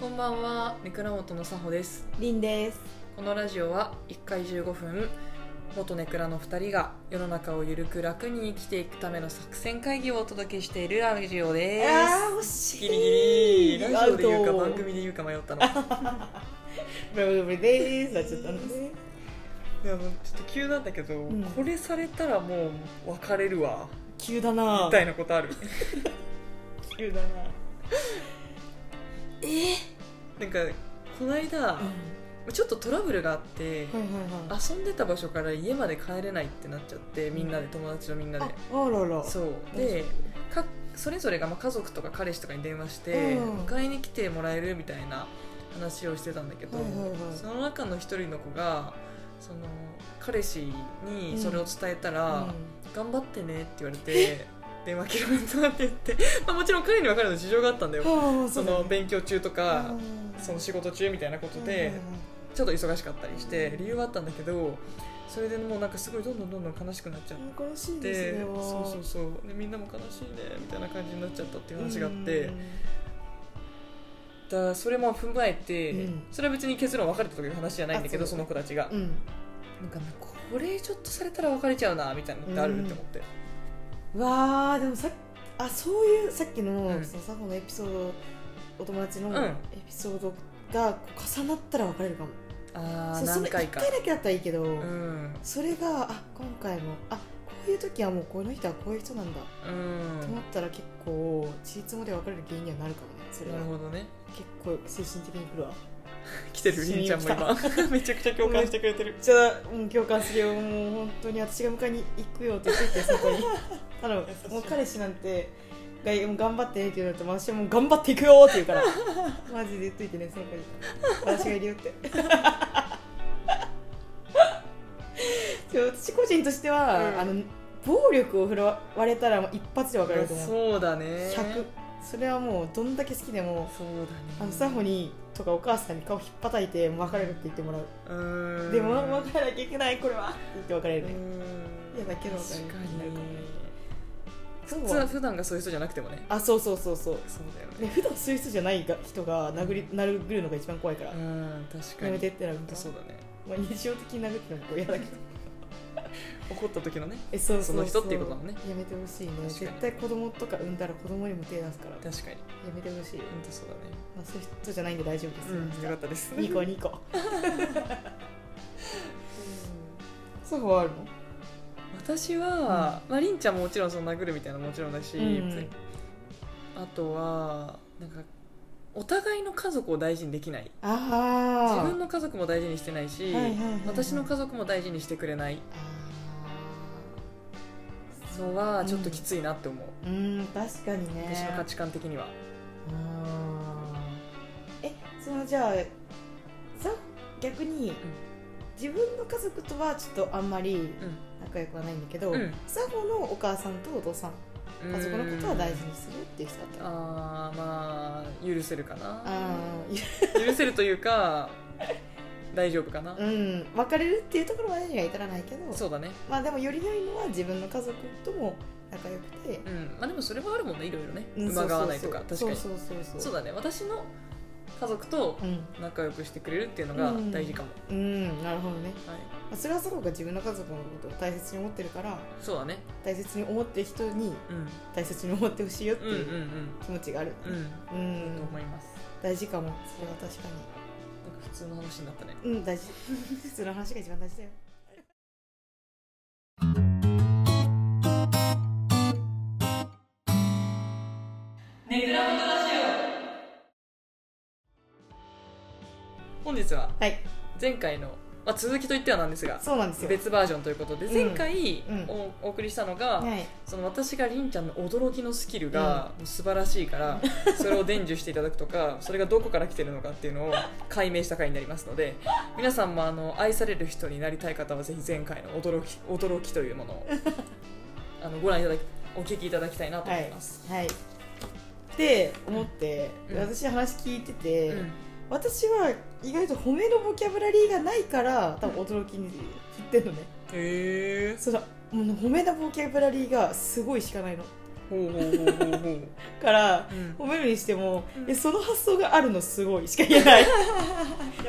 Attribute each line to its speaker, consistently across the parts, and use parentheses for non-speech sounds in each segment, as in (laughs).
Speaker 1: こんばんは、目倉元のさほです。
Speaker 2: りんです。
Speaker 1: このラジオは1回15分、元ネクラの2人が世の中をゆるく楽に生きていくための作戦会議をお届けしているラジオで
Speaker 2: あー惜
Speaker 1: す。
Speaker 2: しい。
Speaker 1: ギリギリラジオで言うか
Speaker 2: アウト
Speaker 1: 番組で言うか迷 (laughs) ったの。いや
Speaker 2: ブラブラブラです。なっちゃったんで
Speaker 1: もうちょっと急なんだけど、
Speaker 2: ん
Speaker 1: これされたらもう別れるわ
Speaker 2: 急だな
Speaker 1: み。たいなことある。
Speaker 2: 急だな。えー？
Speaker 1: なんかこの間
Speaker 2: うん、
Speaker 1: ちょっとトラブルがあって。
Speaker 2: はいはいはい。
Speaker 1: 遊んでた場所から家まで帰れないってなっちゃってみんなで友達のみんなで
Speaker 2: ああらら。
Speaker 1: そうでかそれぞれがまあ家族とか彼氏とかに電話して、
Speaker 2: うん
Speaker 1: 迎えに来てもらえるみたいな話をしてたんだけど、
Speaker 2: はいはいはい
Speaker 1: その中の一人の子がその彼氏にそれを伝えたら「頑張ってね」って言われて「電話切られた」って言って、 (laughs) まあ、もちろん彼には彼の事情があったんだよ、
Speaker 2: うん。
Speaker 1: その勉強中とか、そ
Speaker 2: そ
Speaker 1: の仕事中みたいなことで、ちょっと忙しかったりして理由はあったんだけどそれでもうなんかすごいどんどんどんどん悲しくなっちゃって。
Speaker 2: 悲しいです
Speaker 1: で
Speaker 2: ね。
Speaker 1: そうそうそうでみんなも悲しいねみたいな感じになっちゃったっていう話があってだそれも踏まえて、
Speaker 2: うん
Speaker 1: それは別に結論別れたという話じゃないんだけど
Speaker 2: あ
Speaker 1: そ
Speaker 2: そう
Speaker 1: の子たちが、
Speaker 2: うん。
Speaker 1: なんかねこれちょっとされたら別れちゃうなみたいなのってある、
Speaker 2: うん
Speaker 1: って思って
Speaker 2: うんわあでもさっあそういうさっきの、
Speaker 1: うん
Speaker 2: そのサホのエピソードお友達
Speaker 1: うん
Speaker 2: のエピソードがこう重なったら別れるかも。
Speaker 1: ああ
Speaker 2: そうそ
Speaker 1: 何
Speaker 2: れ一
Speaker 1: 回
Speaker 2: 回
Speaker 1: か
Speaker 2: だけだったらいいけど。
Speaker 1: うん
Speaker 2: それがあ今回もあこういう時はもうこの人はこういう人なんだ
Speaker 1: うん
Speaker 2: と思ったら結構ちりつもで別れる原因にはなるかもねそれ
Speaker 1: な
Speaker 2: は
Speaker 1: るほどね
Speaker 2: 結構精神的にくるわ
Speaker 1: 来てるりんちゃんも (laughs) 今めちゃくちゃ共感してくれてる
Speaker 2: じゃあうん共感するよもう本当に私が迎えに行くよって言ってきてそ
Speaker 1: (laughs)
Speaker 2: こに頼む
Speaker 1: 優しい
Speaker 2: もう彼氏なんてがもう頑張ってねって言うのと私はもう頑張っていくよって言うから
Speaker 1: (laughs)
Speaker 2: マジで言っといてねその子に私がいるよってでも私個人としては、
Speaker 1: うん
Speaker 2: あの暴力を振るわれたらもう一発で分かると思う
Speaker 1: そうだね
Speaker 2: 100それはもうどんだけ好きでも
Speaker 1: そうだね
Speaker 2: あのサホにとかお母さんに顔ひっぱたいてもう別れるって言ってもらう
Speaker 1: うん
Speaker 2: でも別れなきゃいけないこれはって言って別れるね
Speaker 1: うん
Speaker 2: いやだけど
Speaker 1: 確かに
Speaker 2: なるかもねそう
Speaker 1: 普通は普段がそういう人じゃなくてもね
Speaker 2: あそうそうそうそう
Speaker 1: そうだよね
Speaker 2: で普段そういう人じゃないが人が殴り殴るのが一番怖いから
Speaker 1: うん確かに
Speaker 2: やめて
Speaker 1: 本
Speaker 2: ってなるか
Speaker 1: 当
Speaker 2: ら
Speaker 1: そうだね
Speaker 2: まあ、日常的に殴ってのもこう嫌だけど
Speaker 1: 怒った時のね
Speaker 2: (laughs) えそう
Speaker 1: その人っていうことだもんね
Speaker 2: やめてほしいね
Speaker 1: 確かに
Speaker 2: 絶対子供とか産んだら子供にも手出すからや
Speaker 1: 確かに
Speaker 2: めてほしい、
Speaker 1: 本当そうだね
Speaker 2: まあ、そういう人じゃないんで大丈夫ですよ、
Speaker 1: うんよかったです
Speaker 2: 2個2個 (laughs) ソファーあるの
Speaker 1: 私は、まあ、りんちゃんももちろんその殴るみたいなのもちろんだし、
Speaker 2: うん
Speaker 1: あとはなんかお互いの家族を大事にできない自
Speaker 2: ああ
Speaker 1: 分の家族も大事にしてないし、
Speaker 2: はいはいはいはい
Speaker 1: 私の家族も大事にしてくれないのはちょっときついなって思う、
Speaker 2: うーん確かにね
Speaker 1: 私の価値観的には
Speaker 2: あーえそのじゃあさ逆に、自分の家族とはちょっとあんまり仲良くはないんだけど、
Speaker 1: うん
Speaker 2: サホのお母さんとお父さん家族のことは大事にするっていう人だったら
Speaker 1: ああまあ許せるかな
Speaker 2: あーいや
Speaker 1: 許せるという
Speaker 2: (laughs)
Speaker 1: か大丈夫かな、
Speaker 2: うん別れるっていうところまでには至らないけど
Speaker 1: そうだね
Speaker 2: まあでもより良いのは自分の家族とも仲良くて、
Speaker 1: うんまあでもそれはあるもんねいろいろね
Speaker 2: うん
Speaker 1: 馬が合わないとか
Speaker 2: そうそう
Speaker 1: 確か
Speaker 2: そうそうそう
Speaker 1: に
Speaker 2: そ
Speaker 1: そううだね私の家族と
Speaker 2: うん、
Speaker 1: 仲良くしてくれるっていうのが大事かも、
Speaker 2: うん、なるほどね
Speaker 1: はい、
Speaker 2: まあそれはそこが自分の家族のことを大切に思ってるから
Speaker 1: そうだね、
Speaker 2: 大切に思ってる人に
Speaker 1: うん、
Speaker 2: 大切に思ってほしいよって
Speaker 1: うんうん
Speaker 2: いう気持ちがある、
Speaker 1: うんうん
Speaker 2: うん
Speaker 1: と思います
Speaker 2: 大事かもそれは確か
Speaker 1: なんか普通の話になったね
Speaker 2: にうん大事普通の話が一番
Speaker 1: (laughs)
Speaker 2: 大事だよ
Speaker 1: 本日は
Speaker 2: はい
Speaker 1: 前回の、まあ、続きといってはなんですが
Speaker 2: そうなんですよ
Speaker 1: 別バージョンということで
Speaker 2: うん
Speaker 1: 前回
Speaker 2: うん
Speaker 1: お,、送りしたのが、
Speaker 2: はい
Speaker 1: その私がりんちゃんの驚きのスキルがもう素晴らしい (laughs) から、それを伝授していただくとかそれがどこから来てるのかっていうのを解明した回になりますので皆さんもあの愛される人になりたい方はぜひ前回の驚き驚きというもの (laughs) をあのご覧いただきお聞きいただきたいなと思います。
Speaker 2: はいって思って、
Speaker 1: うん
Speaker 2: 私話聞いてて、
Speaker 1: うん
Speaker 2: 私は意外と褒めのボキャブラリーがないから多分驚きに振ってるのね、
Speaker 1: へえ
Speaker 2: そのもう褒めのボキャブラリーがすごいしかないの
Speaker 1: ほうほうほうほうほう、
Speaker 2: から
Speaker 1: うん
Speaker 2: 褒めるにしても、
Speaker 1: うん
Speaker 2: えその発想があるのすごいしか言えない
Speaker 1: や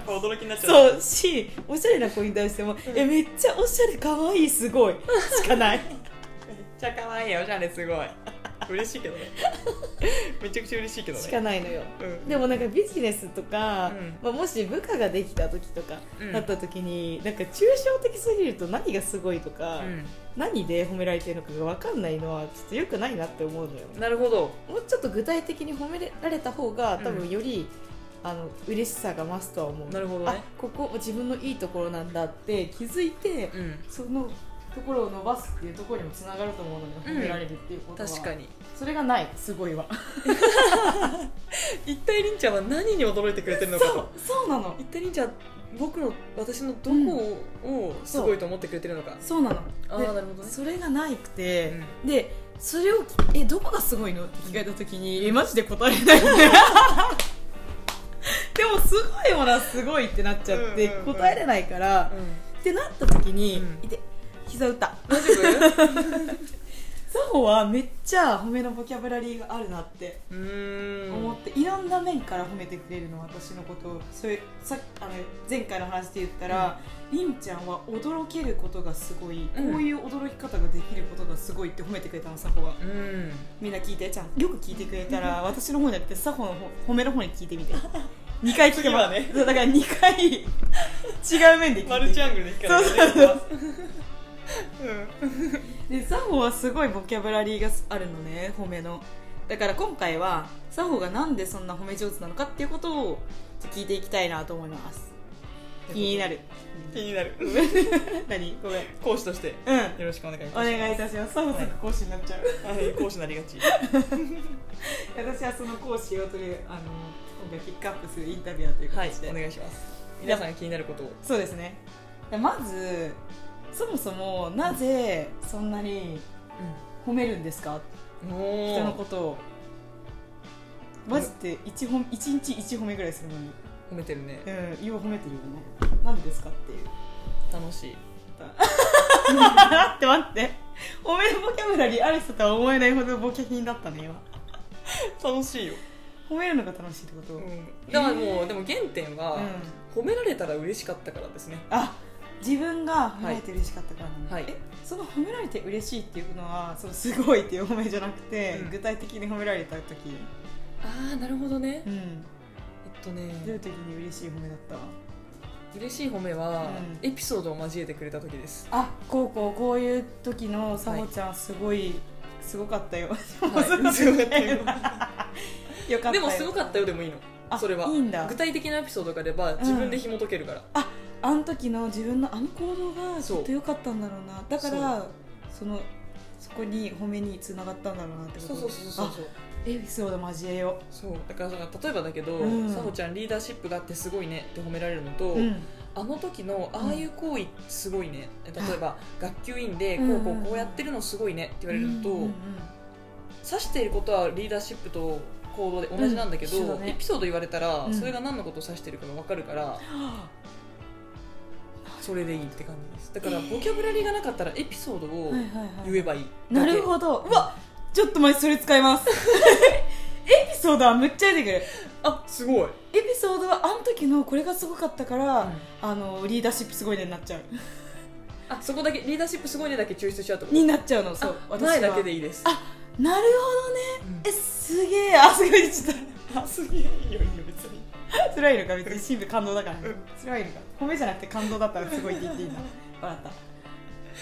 Speaker 1: っぱ驚きになっちゃう
Speaker 2: そうしおしゃれな子に対しても、えめっちゃおしゃれかわいいすごいし
Speaker 1: (laughs)
Speaker 2: かない
Speaker 1: めっちゃ可愛いよおしゃれすごい嬉しいけど (laughs) ねめちゃくちゃ嬉しいけどね
Speaker 2: しかないのよ
Speaker 1: うん
Speaker 2: でもなんかビジネスとか、
Speaker 1: うん
Speaker 2: まあ、もし部下ができた時とか
Speaker 1: うん
Speaker 2: なった時に、なんか抽象的すぎると何がすごいとか、
Speaker 1: う
Speaker 2: 何で褒められてるのかが分かんないのはちょっと良くないなって思うのよ
Speaker 1: ん、なるほど
Speaker 2: もうちょっと具体的に褒められた方が
Speaker 1: うん
Speaker 2: 多分より、あの嬉しさが増すとは思う
Speaker 1: なるほど
Speaker 2: あ
Speaker 1: ね
Speaker 2: ここ自分のいいところなんだって気づいて、
Speaker 1: うん
Speaker 2: そのところを伸ばすっていうところにもつながると思うので
Speaker 1: うん
Speaker 2: 褒められるっていうことは、
Speaker 1: 確かに
Speaker 2: それがないすごいわ
Speaker 1: 一体りんちゃんは何に驚いてくれてる
Speaker 2: そ
Speaker 1: の
Speaker 2: う
Speaker 1: かと
Speaker 2: そうなの
Speaker 1: 一体りんちゃんは僕の私のどこをすごいと思ってくれてるのか、
Speaker 2: そうなの
Speaker 1: あ
Speaker 2: で
Speaker 1: あなるほどね
Speaker 2: それがないくて、
Speaker 1: うん
Speaker 2: でそれを「えどこがすごいの?」って聞かれた時に「えマジで答えない (laughs) ねでもすごいものはすごいってなっちゃって
Speaker 1: うんうんうん
Speaker 2: 答えれないから、
Speaker 1: うん
Speaker 2: ってなった時に、
Speaker 1: うん
Speaker 2: いて膝打った
Speaker 1: 大丈夫
Speaker 2: 作法はめっちゃ褒めのボキャブラリーがあるなって
Speaker 1: うーん
Speaker 2: 思って、いろんな面から褒めてくれるの私のことをそれさあの前回の話で言ったら、りんちゃんは驚けることがすごい、
Speaker 1: うん
Speaker 2: こういう驚き方ができることがすごいって褒めてくれたの作法は
Speaker 1: うん
Speaker 2: みんな聞いてちゃんよく聞いてくれたら私の方じゃなくてサホの方褒めの方に聞いて
Speaker 1: (laughs)
Speaker 2: みて2回聞け
Speaker 1: 次は
Speaker 2: ば
Speaker 1: ね
Speaker 2: そうだから2回違う面で聞いて
Speaker 1: マルチアングルで光るからね
Speaker 2: そうそう
Speaker 1: うん
Speaker 2: で作法はすごいボキャブラリーがあるのね褒めのだから今回は作法がなんでそんな褒め上手なのかっていうことをちょっと聞いていきたいなと思います気になる
Speaker 1: 気になる
Speaker 2: 何ごめん
Speaker 1: 講師として
Speaker 2: うん
Speaker 1: よろしくお願いいたし
Speaker 2: お
Speaker 1: ます
Speaker 2: 願いいたします作法すぐ講師になっちゃう
Speaker 1: はい講師なりがち
Speaker 2: 私はその講師をとりあえずあの今回ピックアップするインタビュアーという
Speaker 1: はい
Speaker 2: 形で、
Speaker 1: お願いします皆さんが気になることを
Speaker 2: そうですねまずそもそもなぜそんなに褒めるんですか
Speaker 1: お
Speaker 2: 人の
Speaker 1: ー
Speaker 2: ことをマジで 1, 褒め一日1褒めぐらいするのに、
Speaker 1: 褒めてるね
Speaker 2: うん、よう褒めてるよねなんでですかっていう
Speaker 1: 楽しい
Speaker 2: (laughs) 待って待って (laughs) 褒めるボキャブラリーある人とは思えないほどボキャ品だったね今
Speaker 1: 楽しいよ
Speaker 2: 褒めるのが楽しいってこと、
Speaker 1: だからもうでも原点は
Speaker 2: うん
Speaker 1: 褒められたら嬉しかったからですね
Speaker 2: あ自分が褒められて嬉しかったからなんだ
Speaker 1: はい
Speaker 2: えその褒められて嬉しいっていうのはそのすごいっていう褒めじゃなくて、
Speaker 1: うん
Speaker 2: 具体的に褒められた時
Speaker 1: ああなるほどね
Speaker 2: うん
Speaker 1: えっと
Speaker 2: どういう
Speaker 1: ね
Speaker 2: 時に嬉しい褒めだった
Speaker 1: 嬉しい褒めは
Speaker 2: うん
Speaker 1: エピソードを交えてくれた時です
Speaker 2: あこうこうこういう時のさほちゃんすごい、すごかったよ、
Speaker 1: はい
Speaker 2: (laughs) (laughs) そうだね
Speaker 1: す (laughs) ごか
Speaker 2: (laughs)
Speaker 1: ったよ
Speaker 2: よかったよ
Speaker 1: でもすごかったよでもいいの
Speaker 2: あ
Speaker 1: それはい
Speaker 2: いんだ
Speaker 1: 具体的なエピソードがあれば自分で紐解けるから
Speaker 2: あの時の自分のあの行動がち
Speaker 1: そう
Speaker 2: ょっと良かったんだろうなだからそのそこに褒めにつながったんだろうなってこと
Speaker 1: そうそうそうそう
Speaker 2: あ
Speaker 1: そう
Speaker 2: エピソード交えよ
Speaker 1: そうだからさ例えばだけど
Speaker 2: うん
Speaker 1: さほちゃんリーダーシップがあってすごいねって褒められるのと
Speaker 2: う、うん
Speaker 1: あの時のああいう行為すごいね例えば学級委員でこうこうこうやってるのすごいねって言われるのと、
Speaker 2: うんうんうん
Speaker 1: 指していることはリーダーシップと行動で同じなんだけど、
Speaker 2: うん一緒だね
Speaker 1: エピソード言われたら、
Speaker 2: うん
Speaker 1: それが何のことを指してるかが分かるからそれでいいって感じですだから
Speaker 2: えー
Speaker 1: ボキャブラリーがなかったらエピソードを
Speaker 2: はいはいはい
Speaker 1: 言えばいい、
Speaker 2: なる
Speaker 1: ど
Speaker 2: ほどうわちょっと前それ使
Speaker 1: (laughs)
Speaker 2: いますエピソードはむっちゃ出てくる
Speaker 1: あすごい、
Speaker 2: エピソードはあの時のこれがすごかったから、あのリーダーシップすごいねになっちゃう
Speaker 1: あそこだけリーダーシップすごいねだけ抽出しちゃうってこと
Speaker 2: になっちゃうのそう
Speaker 1: あ前だけで
Speaker 2: いい
Speaker 1: いいです
Speaker 2: あなるほどね
Speaker 1: うん
Speaker 2: えすげえあすごいちょっ
Speaker 1: あすげえいいよいいよ別に
Speaker 2: と辛いのか別に神父感動だからね
Speaker 1: うん
Speaker 2: 辛いのか褒めじゃなくて感動だったらすごいって言っていい
Speaker 1: (laughs)
Speaker 2: な笑っ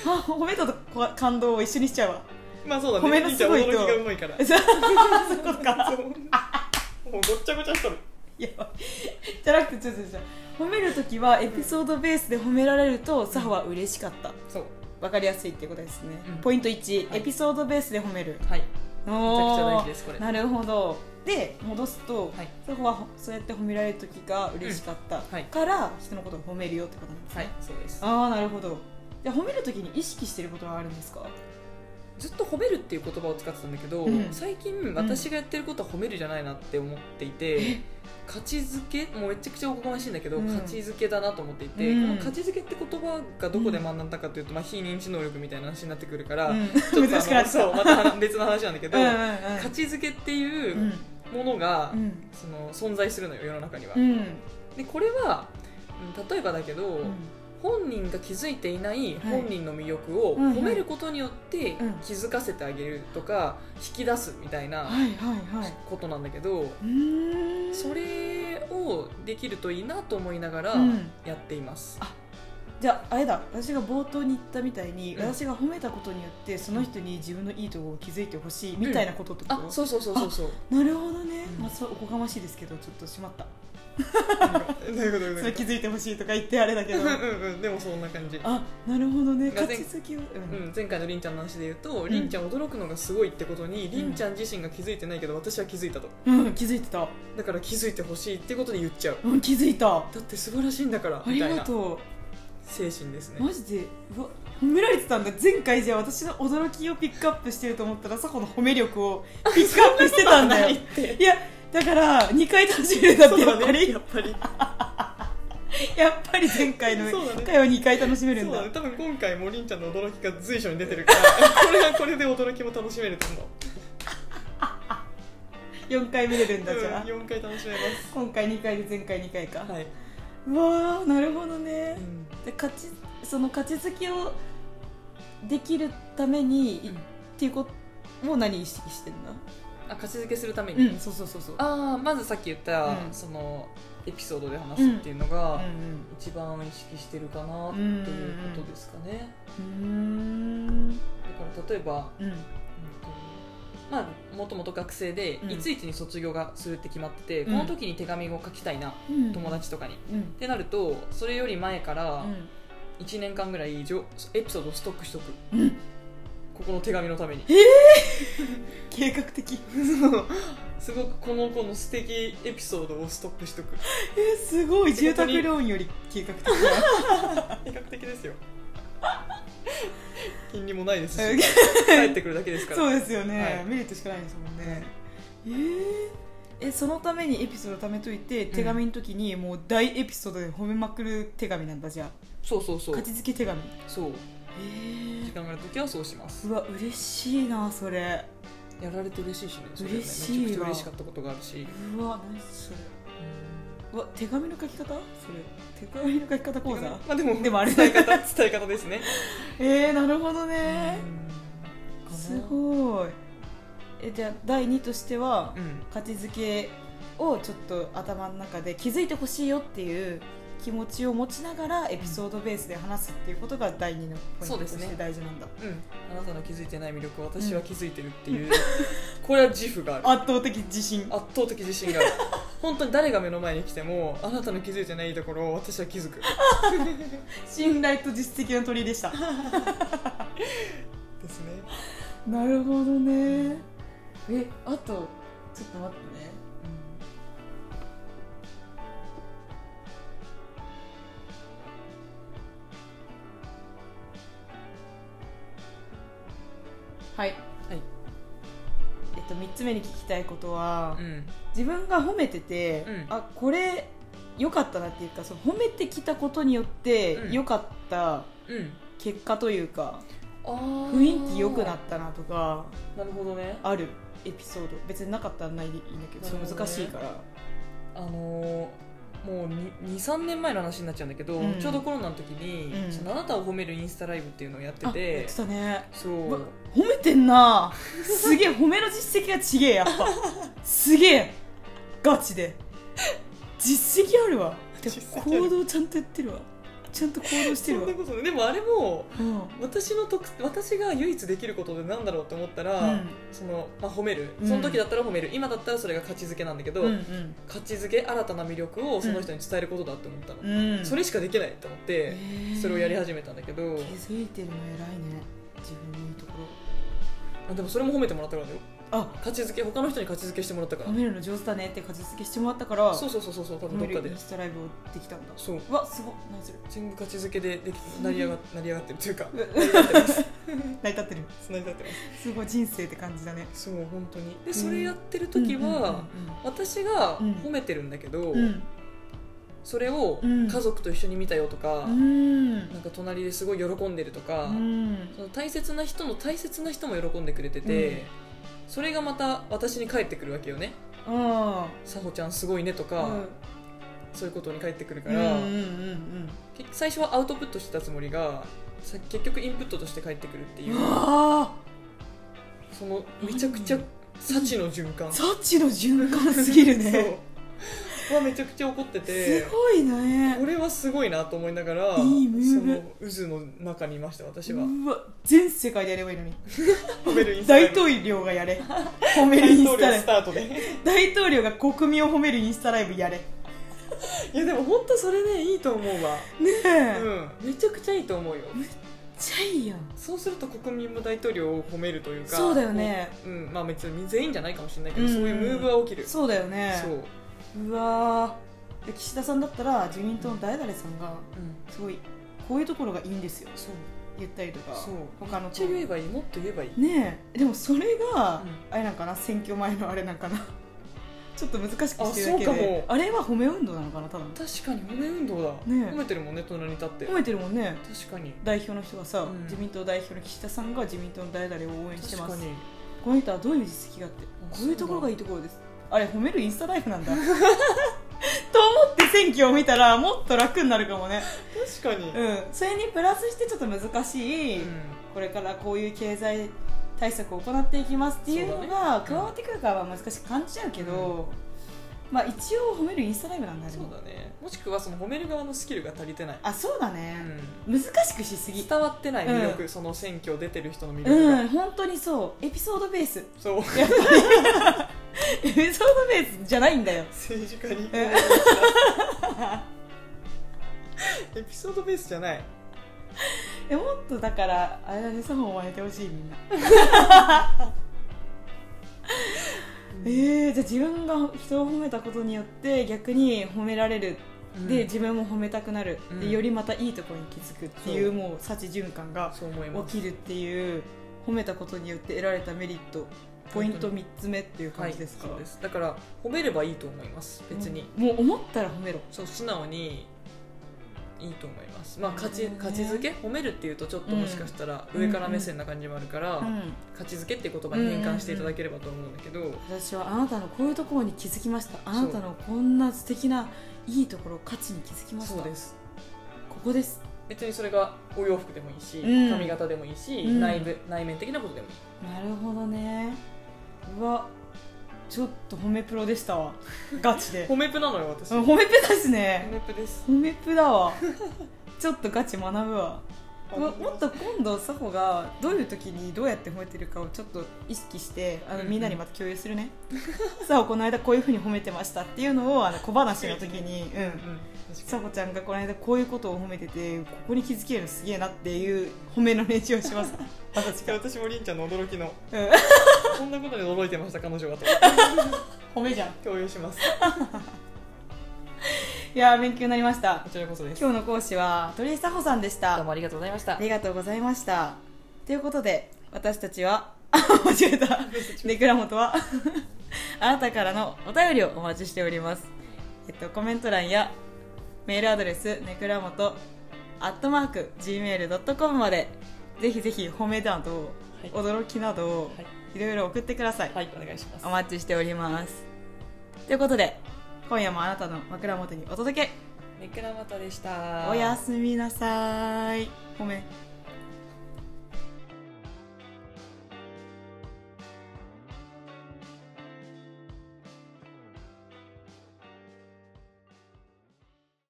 Speaker 2: たあ褒めたとこ感動を一緒にしちゃうわ (laughs)
Speaker 1: まあそうだね
Speaker 2: ごめんな
Speaker 1: りちゃん
Speaker 2: すごい
Speaker 1: 驚
Speaker 2: と
Speaker 1: きがうまいから
Speaker 2: そういうことか
Speaker 1: そう (laughs) もうごっちゃごちゃしとる
Speaker 2: いやじゃなくてちょっとちょっとちょっと褒める時はエピソードベースで褒められるとサホは嬉しかった
Speaker 1: そう
Speaker 2: わかりやすいっていうことですね、
Speaker 1: うん
Speaker 2: ポイント1、
Speaker 1: はい
Speaker 2: エピソードベースで褒める
Speaker 1: はいめちゃ
Speaker 2: めち
Speaker 1: くちゃ大事ですこれ
Speaker 2: なるほどで戻すと、
Speaker 1: はい
Speaker 2: そこはそうやって褒められる時が嬉しかった、
Speaker 1: んはい
Speaker 2: から人のことを褒めるよってことなんですね、
Speaker 1: はいそうです
Speaker 2: ああなるほどじゃあ褒める時に意識してることはあるんですか
Speaker 1: ずっと褒めるっていう言葉を使ってたんだけど、
Speaker 2: うん
Speaker 1: 最近私がやってることは褒めるじゃないなって思っていて、価値づけもうめちゃくちゃおこがましいんだけど、
Speaker 2: うん
Speaker 1: 価値づけだなと思っていて、
Speaker 2: うん
Speaker 1: この価値づけって言葉がどこで学んだかというと、まあ、非認知能力みたいな話になってくるから、 (laughs) ちょっとあ
Speaker 2: 難
Speaker 1: の
Speaker 2: しくなってきた
Speaker 1: そうまた別の話なんだけど、
Speaker 2: うんうん
Speaker 1: 価値づけっていううんものが、
Speaker 2: うん
Speaker 1: その存在するのよ世の中には。
Speaker 2: うん
Speaker 1: でこれはうん例えばだけど、
Speaker 2: うん
Speaker 1: 本人が気づいていない
Speaker 2: はい
Speaker 1: 本人の魅力を
Speaker 2: うんうん
Speaker 1: 褒めることによって
Speaker 2: うん
Speaker 1: 気づかせてあげるとか引き出すみたいな
Speaker 2: はいはいはい
Speaker 1: ことなんだけど、
Speaker 2: うーん
Speaker 1: それをできるといいなと思いながら
Speaker 2: うん
Speaker 1: やっています。
Speaker 2: じゃああれだ私が冒頭に言ったみたいに、
Speaker 1: うん
Speaker 2: 私が褒めたことによってその人に自分のいいところを気づいてほしいみたいなことってこと、
Speaker 1: あ、そうそうそうそうそう。
Speaker 2: なるほどね、
Speaker 1: うん
Speaker 2: まあ、そうおこがましいですけどちょっとしまった
Speaker 1: どういうことどう
Speaker 2: そ
Speaker 1: い
Speaker 2: れ
Speaker 1: うこ
Speaker 2: 気づいてほしいとか言ってあれだけ
Speaker 1: と
Speaker 2: ど
Speaker 1: うんうんうん。でもそんな感じ。
Speaker 2: あなるほどね
Speaker 1: が
Speaker 2: 勝
Speaker 1: ぜん
Speaker 2: ち好きを、う
Speaker 1: うんん、前回のりんちゃんの話で言うと、
Speaker 2: ん
Speaker 1: りんちゃん驚くのがすごいってことにりんちゃん自身が気づいてないけど私は気づいたと
Speaker 2: うん気づいてた、
Speaker 1: だから気づいてほしいってことで言っちゃう
Speaker 2: うん、気づいたあ
Speaker 1: だって素晴らしいんだからみ
Speaker 2: り
Speaker 1: たい
Speaker 2: が
Speaker 1: な
Speaker 2: と
Speaker 1: 精神です
Speaker 2: う
Speaker 1: ね
Speaker 2: マジでうわ褒められてたんだ前回じゃあ私の驚きをピックアップしてると思ったらさこの褒め力をピックアップしてたんだよ
Speaker 1: そんなことないって
Speaker 2: いやだから2回楽しめるだってやっぱり、
Speaker 1: やっぱり
Speaker 2: やっぱり前回の
Speaker 1: そうだね
Speaker 2: 回は2回楽しめるん
Speaker 1: そう
Speaker 2: だ
Speaker 1: だね多分今回もりんちゃんの驚きが随所に出てる
Speaker 2: (laughs)
Speaker 1: からこれはこれで驚きも楽しめると思う
Speaker 2: 4回見れるんだじゃあ、
Speaker 1: うん、4回楽しめ
Speaker 2: 今回2回で前回2回か、
Speaker 1: ますはい、
Speaker 2: うわーなるほどね
Speaker 1: う、ん
Speaker 2: で勝ちその勝ち付けをできるために、
Speaker 1: うん
Speaker 2: っていうことを何意識してんだ
Speaker 1: あ勝ち付けするために、
Speaker 2: んそうそうそうそう
Speaker 1: ああまずさっき言った、
Speaker 2: うん
Speaker 1: そのエピソードで話すっていうのが、
Speaker 2: うん
Speaker 1: 一番意識してるかなっていうことですかね、
Speaker 2: うん
Speaker 1: だから例えば、
Speaker 2: うん
Speaker 1: うんとまあ、もともと学生で、
Speaker 2: うん
Speaker 1: いついつに卒業がするって決まってて、
Speaker 2: うん
Speaker 1: この時に手紙を書きたいな
Speaker 2: うん
Speaker 1: 友達とかに、っ
Speaker 2: うん
Speaker 1: てなるとそれより前から
Speaker 2: うん
Speaker 1: 1年間ぐらいじょエピソードをストックしとく、
Speaker 2: うん
Speaker 1: ここの手紙のために
Speaker 2: 計画的
Speaker 1: すごくこの子の素敵エピソードをストックしとく
Speaker 2: えすごい住宅ローンより計画的だ
Speaker 1: 比較的
Speaker 2: (laughs)
Speaker 1: ですよ金利もない (laughs) です
Speaker 2: うん
Speaker 1: し帰ってくるだけですから
Speaker 2: そうですよね、
Speaker 1: はい
Speaker 2: メリットしかないですもんねえーえそのためにエピソード貯めといて手紙の時にもう大エピソードで褒めまくる手紙なんだじゃあ
Speaker 1: そうそうそう
Speaker 2: 勝ち付け手紙
Speaker 1: そう
Speaker 2: え
Speaker 1: 時間がある時はそうします
Speaker 2: うわ嬉しいなそれ
Speaker 1: やられて嬉しいしねそれね
Speaker 2: 嬉しいわ
Speaker 1: めちゃくちゃ嬉しかったことがあるし、
Speaker 2: うわ何それうわ手紙の書き方それ手紙の書き方講座
Speaker 1: まあでも
Speaker 2: でもあれ
Speaker 1: 伝え方伝え方ですね
Speaker 2: えー、なるほどね
Speaker 1: うん
Speaker 2: すごいえじゃあ第2としては、
Speaker 1: うん
Speaker 2: 勝ち付けをちょっと頭の中で気づいてほしいよっていう気持ちを持ちながらエピソードベースで話すっていうことが第2のポイン
Speaker 1: そ
Speaker 2: ト
Speaker 1: う
Speaker 2: と
Speaker 1: ですね
Speaker 2: して大事なんだ、
Speaker 1: うん、あなたの気づいてない魅力を私は気づいてるっていう、 (laughs) これは自負がある
Speaker 2: 圧倒的自信
Speaker 1: 圧倒的自信がある本当に誰が目の前に来てもあなたの気づいてないところを私は気
Speaker 2: (laughs)
Speaker 1: づく
Speaker 2: 信頼と実績の鳥居でした
Speaker 1: ですね、
Speaker 2: (laughs) なるほどねえあとちょっと待ってねはい
Speaker 1: はい
Speaker 2: えっと3つ目に聞きたいことは、
Speaker 1: うん
Speaker 2: 自分が褒めてて、
Speaker 1: うん
Speaker 2: あこれ良かったなっていうかその褒めてきたことによって
Speaker 1: うん
Speaker 2: 良かった
Speaker 1: うん
Speaker 2: 結果というか、
Speaker 1: あー
Speaker 2: 雰囲気良くなったなとか
Speaker 1: なるほどね
Speaker 2: あるエピソード別になかったらないでいいんだけどそれ難しいから、
Speaker 1: あのーもう23年前の話になっちゃうんだけど、
Speaker 2: うん
Speaker 1: ちょうどコロナの時に、
Speaker 2: うん
Speaker 1: そのあなたを褒めるインスタライブっていうのをやって
Speaker 2: あやっててたね
Speaker 1: そう
Speaker 2: うわ褒めてんなすげえ褒めの実績がちげえやっぱすげえガチで実績あるわてか
Speaker 1: 実績ある
Speaker 2: 行動ちゃんとやってるわちゃんと行動し
Speaker 1: そ
Speaker 2: てる
Speaker 1: ん
Speaker 2: わ
Speaker 1: なことないでもあれも
Speaker 2: うん
Speaker 1: 私の特私が唯一できることでなんだろうと思ったら、
Speaker 2: うん
Speaker 1: そのまあ、褒める
Speaker 2: うん
Speaker 1: その時だったら褒める、今だったらそれが価値づけなんだけど、
Speaker 2: うんうん
Speaker 1: 価値づけ新たな魅力をその人に伝えることだと思ったの、
Speaker 2: うん
Speaker 1: それしかできないと思って、それをやり始めたんだけど、
Speaker 2: 気づいてるの偉いね自分のいいところ
Speaker 1: あでもそれも褒めてもらったからだよ
Speaker 2: あ
Speaker 1: 価値づけ他の人に価値づけしてもらったから
Speaker 2: 褒めるの上手だねって価値付けしてもらったから
Speaker 1: そうそうそうそうそう多
Speaker 2: 褒
Speaker 1: 分ど
Speaker 2: め
Speaker 1: っか
Speaker 2: るイ
Speaker 1: で
Speaker 2: ンスタライブをできたんだ
Speaker 1: そう
Speaker 2: うわすごい何する
Speaker 1: 全部価値づけででき成り上が成り上がってるというか
Speaker 2: うわ (laughs) 成り立ってる
Speaker 1: 成り立ってます
Speaker 2: ごい人生って感じだね
Speaker 1: すそう本当にでそれやってる時は、私が褒めてるんだけど、
Speaker 2: うんうん
Speaker 1: それを
Speaker 2: うん
Speaker 1: 家族と一緒に見たよとか、
Speaker 2: うんうん
Speaker 1: なんか隣ですごい喜んでるとか、
Speaker 2: うん
Speaker 1: その大切な人の大切な人も喜んでくれてて、
Speaker 2: うん
Speaker 1: それがまた私に返ってくるわけよね
Speaker 2: あ
Speaker 1: 「さほちゃんすごいね」と
Speaker 2: あ
Speaker 1: か、そういうことに返ってくるか
Speaker 2: うんうん
Speaker 1: ら、
Speaker 2: うんうん
Speaker 1: け最初はアウトプットしてたつもりがさ結局インプットとして返ってくるっていうう
Speaker 2: わ
Speaker 1: そのめちゃくちゃ幸の循環
Speaker 2: あサチの循環すぎ
Speaker 1: (laughs)
Speaker 2: るね
Speaker 1: そうはめちゃくちゃ怒ってて
Speaker 2: すごいね
Speaker 1: これはすごいなと思いながら
Speaker 2: いいムーブ
Speaker 1: その渦の中にいました私は
Speaker 2: うわ全世界でやればいいのに
Speaker 1: 褒めるインスタライ
Speaker 2: 大
Speaker 1: ブ
Speaker 2: 統領がやれ褒めるイン
Speaker 1: (laughs)
Speaker 2: スタラ
Speaker 1: 大
Speaker 2: イ
Speaker 1: ス
Speaker 2: ブ
Speaker 1: タートで
Speaker 2: 大統領が国民を褒めるインスタライブやれね
Speaker 1: いやでも本当それねいいと思うわ
Speaker 2: え、
Speaker 1: う
Speaker 2: めっ
Speaker 1: んめちゃくちゃいいと思うよ
Speaker 2: ちゃいいやん
Speaker 1: そうすると国民も大統領を褒めるというか
Speaker 2: そうだよね
Speaker 1: もううんまあ別に全員じゃないかもしれないけ
Speaker 2: う
Speaker 1: ど
Speaker 2: ん
Speaker 1: そういうムーブは起きる
Speaker 2: そうだよね
Speaker 1: そう
Speaker 2: うわーで岸田さんだったら自民党の誰々さん
Speaker 1: う
Speaker 2: が
Speaker 1: ん
Speaker 2: すごいこういうところがいいんですよ
Speaker 1: そう
Speaker 2: 言ったりとか
Speaker 1: そう
Speaker 2: 他
Speaker 1: め
Speaker 2: の
Speaker 1: っちゃ言えばいいもっと言えばいい
Speaker 2: ねえでもそれが、
Speaker 1: うん
Speaker 2: あれなんかな選挙前のあれなんか (laughs) なちょっと難しくして
Speaker 1: あ
Speaker 2: るだけ
Speaker 1: そうか
Speaker 2: で
Speaker 1: も
Speaker 2: あれは褒め運動なのかなただの
Speaker 1: 確かに褒め運動だ
Speaker 2: ねえ
Speaker 1: 褒めてるもんね隣に立って
Speaker 2: 褒めてるもんね
Speaker 1: 確かに
Speaker 2: 代表の人がさ、
Speaker 1: うん
Speaker 2: 自民党代表の岸田さんが自民党の誰々を応援して
Speaker 1: 確
Speaker 2: ま
Speaker 1: か
Speaker 2: す
Speaker 1: に
Speaker 2: この人はどういう実績があって
Speaker 1: あ
Speaker 2: こういうところがいいところですあれ褒めるインスタライフなんだ (laughs) と思って選挙を見たらもっと楽になるかもね
Speaker 1: 確かに
Speaker 2: うんそれにプラスしてちょっと難しい、
Speaker 1: うん
Speaker 2: これからこういう経済対策を行っていきますっていうの
Speaker 1: そう
Speaker 2: が加わってくるからは難しく感じちゃうけど、まあ一応褒めるインスタライブなんだね
Speaker 1: そうだねもしくはその褒める側のスキルが足りてない、
Speaker 2: あそうだ
Speaker 1: う
Speaker 2: ね、
Speaker 1: ん
Speaker 2: 難しくしすぎ
Speaker 1: 伝わってない魅力、
Speaker 2: う
Speaker 1: その選挙出てる人の魅力が、
Speaker 2: うん本当にそうエピソードベース
Speaker 1: そう
Speaker 2: エピソードベースじゃないんだよ
Speaker 1: 政治家に
Speaker 2: うん
Speaker 1: エピソードベースじゃない
Speaker 2: えもっとだからあれだね作法を真似てほしいみんなえー、じゃあ自分が人を褒めたことによって逆に褒められるで、自分も褒めたくなる、
Speaker 1: うん
Speaker 2: でよりまたいいところに気づくっていう
Speaker 1: そう
Speaker 2: もう幸循環が
Speaker 1: そう思います
Speaker 2: 起きるっていう褒めたことによって得られたメリットポイント3つ目っていう感じですか、
Speaker 1: はいそうですだから褒めればいいと思います別に、
Speaker 2: うんもう思ったら褒めろ
Speaker 1: そう素直にいいと思いますまあ勝ち
Speaker 2: なるほど
Speaker 1: 勝
Speaker 2: ね
Speaker 1: ち付け褒めるっていうとちょっともしかしたら上から目線な感じもあるから、
Speaker 2: うん
Speaker 1: 価値づけっていう言葉に変換していただければと思うんだけど、
Speaker 2: 私はあなたのこういうところに気づきましたあなたのこんな素敵ないいところ価値に気づきました
Speaker 1: そうで
Speaker 2: こ
Speaker 1: す
Speaker 2: こです
Speaker 1: 別にそれがお洋服でもいいし、
Speaker 2: うん
Speaker 1: 髪型でもいいし、
Speaker 2: うん
Speaker 1: 内部内面的なことでもいい
Speaker 2: なるほどねうわちょっと褒めプロでしたわガチで (laughs)
Speaker 1: 褒めプなのよ私、
Speaker 2: うん
Speaker 1: 褒
Speaker 2: 褒めプロですね
Speaker 1: めプです
Speaker 2: 褒めプだわちょっとガチ学ぶわももっ
Speaker 1: と
Speaker 2: と今度さほがどういう時にどうやって褒めてるかをちょっと意識してあの
Speaker 1: うん
Speaker 2: みんなにまた共有するねさほこの間こういうふうに褒めてましたっていうのをあの小話の時にうん
Speaker 1: うん確か
Speaker 2: さほちゃんがこの間こういうことを褒めててここに気づけるのすげえなっていう褒めの練習をします私
Speaker 1: に
Speaker 2: が、
Speaker 1: 私もりんちゃんの驚き
Speaker 2: (laughs)
Speaker 1: の
Speaker 2: うん、
Speaker 1: こんなことで驚いてました彼女
Speaker 2: (laughs)
Speaker 1: はと
Speaker 2: 褒めじゃんい
Speaker 1: 共有します
Speaker 2: やー勉強になりました
Speaker 1: こちらこそです
Speaker 2: 今日の講師は鳥居さほさんでした
Speaker 1: どうもありがとうございました
Speaker 2: ありがとうございました。ということで、私たちは、あ、間違えた。で、倉本は、 (laughs) あなたからのお便りをお待ちしております。えっと、コメント欄や、メールアドレス、ねくらもと、アットマーク、gmail.com まで、ぜひぜひ褒めなど、
Speaker 1: はい
Speaker 2: 驚きなど、
Speaker 1: はい
Speaker 2: い、ろいろ送ってください。
Speaker 1: はいお願いします
Speaker 2: お待ちしております。ということで、今夜もあなたの枕元にお届け、
Speaker 1: ネクラマタでした
Speaker 2: おやすみなさい。褒め。